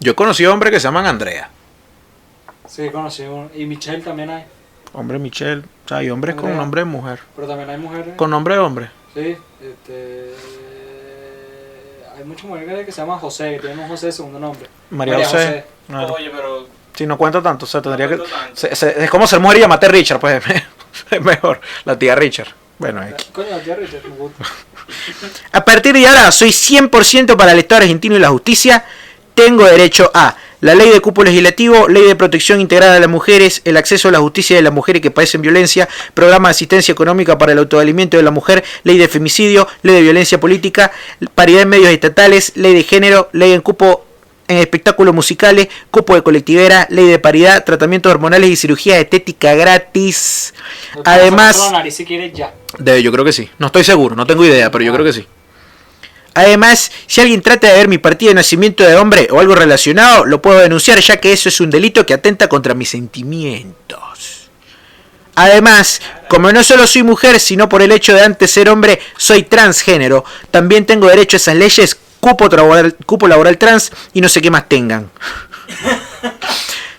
Speaker 2: Yo conocí hombres que se llaman Andrea.
Speaker 1: Sí, conocí uno. Y Michelle también hay.
Speaker 2: Hombre Michelle, o sea, hay hombres
Speaker 1: Andrea.
Speaker 2: nombre de mujer.
Speaker 1: Pero también hay mujeres.
Speaker 2: nombre de hombre.
Speaker 1: Sí, este. Hay muchas mujeres que se llaman José, que tienen un José de segundo nombre.
Speaker 2: Claro.
Speaker 3: Oye, pero
Speaker 2: Sí, no cuenta tanto, o sea, tendría
Speaker 3: No
Speaker 2: que...
Speaker 3: cuenta tanto.
Speaker 2: se- se- es como ser mujer y llamarte Richard, pues [laughs] es mejor, la tía Richard. Bueno, X.
Speaker 1: Coño, la tía Richard, me gusta.
Speaker 2: A partir de ahora soy 100% para el Estado argentino y la justicia. Tengo derecho a la ley de cupo legislativo, ley de protección integrada de las mujeres, el acceso a la justicia de las mujeres que padecen violencia, programa de asistencia económica para el autovalimiento de la mujer, ley de femicidio, ley de violencia política, paridad en medios estatales, ley de género, ley en cupo en espectáculos musicales, cupo de colectivera, ley de paridad, tratamientos hormonales y cirugía estética gratis.
Speaker 1: Yo te
Speaker 2: Además...
Speaker 1: saco la nariz si quieres ya.
Speaker 2: Debe, yo creo que sí. No estoy seguro, no tengo idea, pero yo creo que sí. Además, si alguien trata de ver mi partida de nacimiento de hombre o algo relacionado, lo puedo denunciar ya que eso es un delito que atenta contra mis sentimientos. Además, como no solo soy mujer, sino por el hecho de antes ser hombre, soy transgénero. También tengo derecho a esas leyes, cupo laboral, cupo laboral trans y no sé qué más tengan.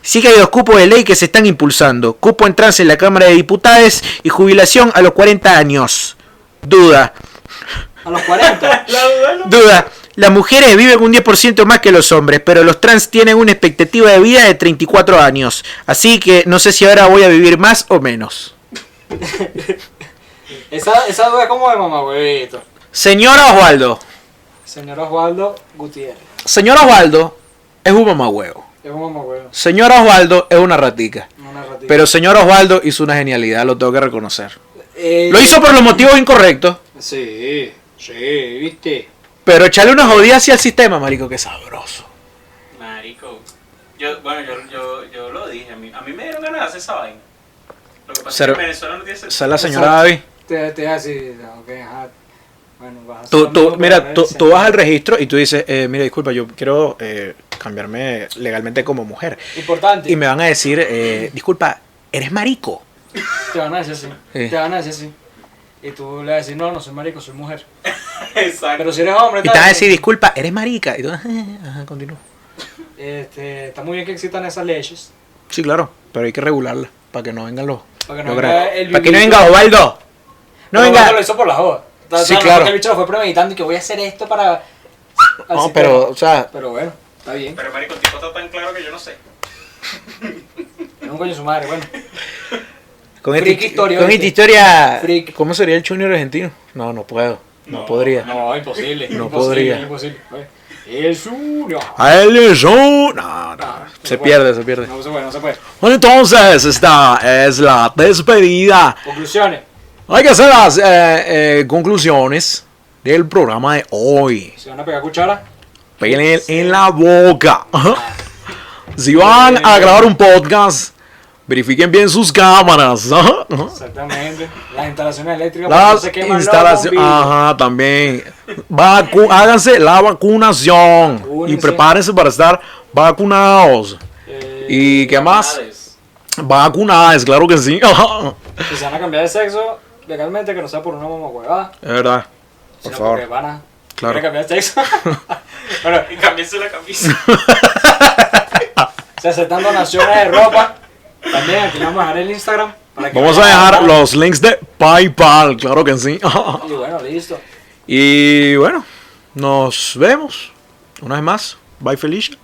Speaker 2: Sí que hay dos cupos de ley que se están impulsando. Cupo en trance en la Cámara de Diputados y jubilación a los 40 años. Duda.
Speaker 1: A los
Speaker 2: [laughs]
Speaker 1: 40.
Speaker 3: La duda no.
Speaker 2: Duda. Las mujeres viven un 10% más que los hombres, pero los trans tienen una expectativa de vida de 34 años. Así que no sé si ahora voy a vivir más o menos.
Speaker 1: esa, esa duda como de mamá, huevito.
Speaker 2: Señora Osvaldo.
Speaker 1: Señor Osvaldo Gutiérrez.
Speaker 2: Señor Osvaldo es un mamahuevo.
Speaker 1: Es un mamá, huevo.
Speaker 2: Señor Osvaldo es una ratica.
Speaker 1: Una ratita.
Speaker 2: Pero señor Osvaldo hizo una genialidad, lo tengo que reconocer.
Speaker 1: Eh,
Speaker 2: Lo hizo por los motivos incorrectos,
Speaker 1: Sí, sí, viste.
Speaker 2: pero echarle una jodida hacia el sistema, marico, que sabroso.
Speaker 3: Marico. Yo, bueno, yo, yo, yo lo dije. A mí, a mí me dieron ganas de hacer esa vaina. Lo que pasa
Speaker 2: Cero-
Speaker 3: es que en Venezuela no tiene
Speaker 2: Esa
Speaker 3: sentido.
Speaker 2: es la señora
Speaker 1: Exacto.
Speaker 2: David.
Speaker 1: Te, te hace. Ok, ajá. Bueno, vas a hacer ¿eh?
Speaker 2: Tú,
Speaker 1: lo
Speaker 2: tú-
Speaker 1: mismo, pero
Speaker 2: mira,
Speaker 1: ahora
Speaker 2: tú,
Speaker 1: en
Speaker 2: tú vas al
Speaker 1: serio.
Speaker 2: registro y tú dices, eh, mira, disculpa, yo quiero eh, cambiarme legalmente como mujer.
Speaker 1: Importante.
Speaker 2: Y me van a decir, eh, disculpa, eres marico.
Speaker 1: Te van a decir así.
Speaker 2: Sí.
Speaker 1: Te van a decir así. Y tú le vas a decir, no, no soy marico, soy mujer.
Speaker 3: [laughs] Exacto.
Speaker 1: Pero si eres hombre,
Speaker 2: Y te
Speaker 1: tal,
Speaker 2: van a decir, disculpa, eres marica. Y tú, [laughs] ajá, continúa.
Speaker 1: Este, está muy bien que existan esas leyes.
Speaker 2: Sí, claro, pero hay que regularla para que no vengan los.
Speaker 1: Para que no
Speaker 2: los
Speaker 1: venga
Speaker 2: grandes.
Speaker 1: el
Speaker 2: Para que no
Speaker 1: vivillo.
Speaker 2: venga Osvaldo. No
Speaker 1: Pero
Speaker 2: venga.
Speaker 1: Lo hizo por la joda. Ta-
Speaker 2: Sí,
Speaker 1: ta-
Speaker 2: claro.
Speaker 1: porque El bicho lo fue premeditando y que voy a hacer esto para. al
Speaker 2: No,
Speaker 1: sistema.
Speaker 2: pero, o sea,
Speaker 1: Pero bueno, está bien.
Speaker 3: Pero marico, el tipo está tan claro que yo no sé.
Speaker 1: Es un coño su madre, bueno.
Speaker 2: Con,
Speaker 1: Friki
Speaker 2: esta-
Speaker 1: historia,
Speaker 2: con esta
Speaker 1: ¿viste?
Speaker 2: historia,
Speaker 1: Friki.
Speaker 2: ¿cómo sería el Junior argentino? No, no puedo. No,
Speaker 3: No,
Speaker 2: podría.
Speaker 1: No, imposible.
Speaker 2: No
Speaker 1: imposible,
Speaker 2: podría.
Speaker 1: Imposible. Oye, Es uno.
Speaker 2: A él es un- No, no,
Speaker 1: Ah,
Speaker 2: se
Speaker 1: bueno.
Speaker 2: pierde, se pierde.
Speaker 1: No se puede, no se puede.
Speaker 2: Bueno, entonces, esta es la despedida.
Speaker 1: Conclusiones.
Speaker 2: Hay que hacer las eh, eh, conclusiones del programa de hoy.
Speaker 1: Si van a pegar cuchara,
Speaker 2: Peguen en la boca. Ajá. Si van a grabar un podcast, verifiquen bien sus cámaras. Ajá, ajá.
Speaker 1: exactamente. Las instalaciones eléctricas, porque no
Speaker 2: Las
Speaker 1: se queman los
Speaker 2: instalaciones.
Speaker 1: bombillos.
Speaker 2: Ajá, también. Vacu- háganse la vacunación. Y
Speaker 1: Vacúnense.
Speaker 2: prepárense para estar vacunados.
Speaker 1: Eh,
Speaker 2: ¿Y qué más?
Speaker 3: Naves.
Speaker 2: Vacunadas, claro que sí. Ajá.
Speaker 1: Si se van a cambiar de sexo, legalmente que no sea por una mamá huevada,
Speaker 2: Es verdad. Por
Speaker 1: sino
Speaker 2: favor.
Speaker 1: porque van a
Speaker 2: Claro.
Speaker 1: van a cambiar de
Speaker 2: [laughs]
Speaker 1: sexo. bueno,
Speaker 3: Y cambiarse la camisa.
Speaker 1: se aceptan donaciones de ropa. También aquí vamos a dejar el Instagram. para que
Speaker 2: [laughs] Vamos a
Speaker 1: vayan
Speaker 2: dejar
Speaker 1: dar.
Speaker 2: los links de PayPal, claro que sí. [laughs] Ajá.
Speaker 1: Y bueno, listo.
Speaker 2: Y bueno, nos vemos una vez más. Bye Felicia.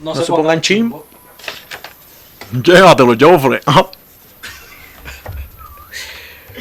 Speaker 2: No se pongan chimbo. Llévatelo, Joffre. Ajá.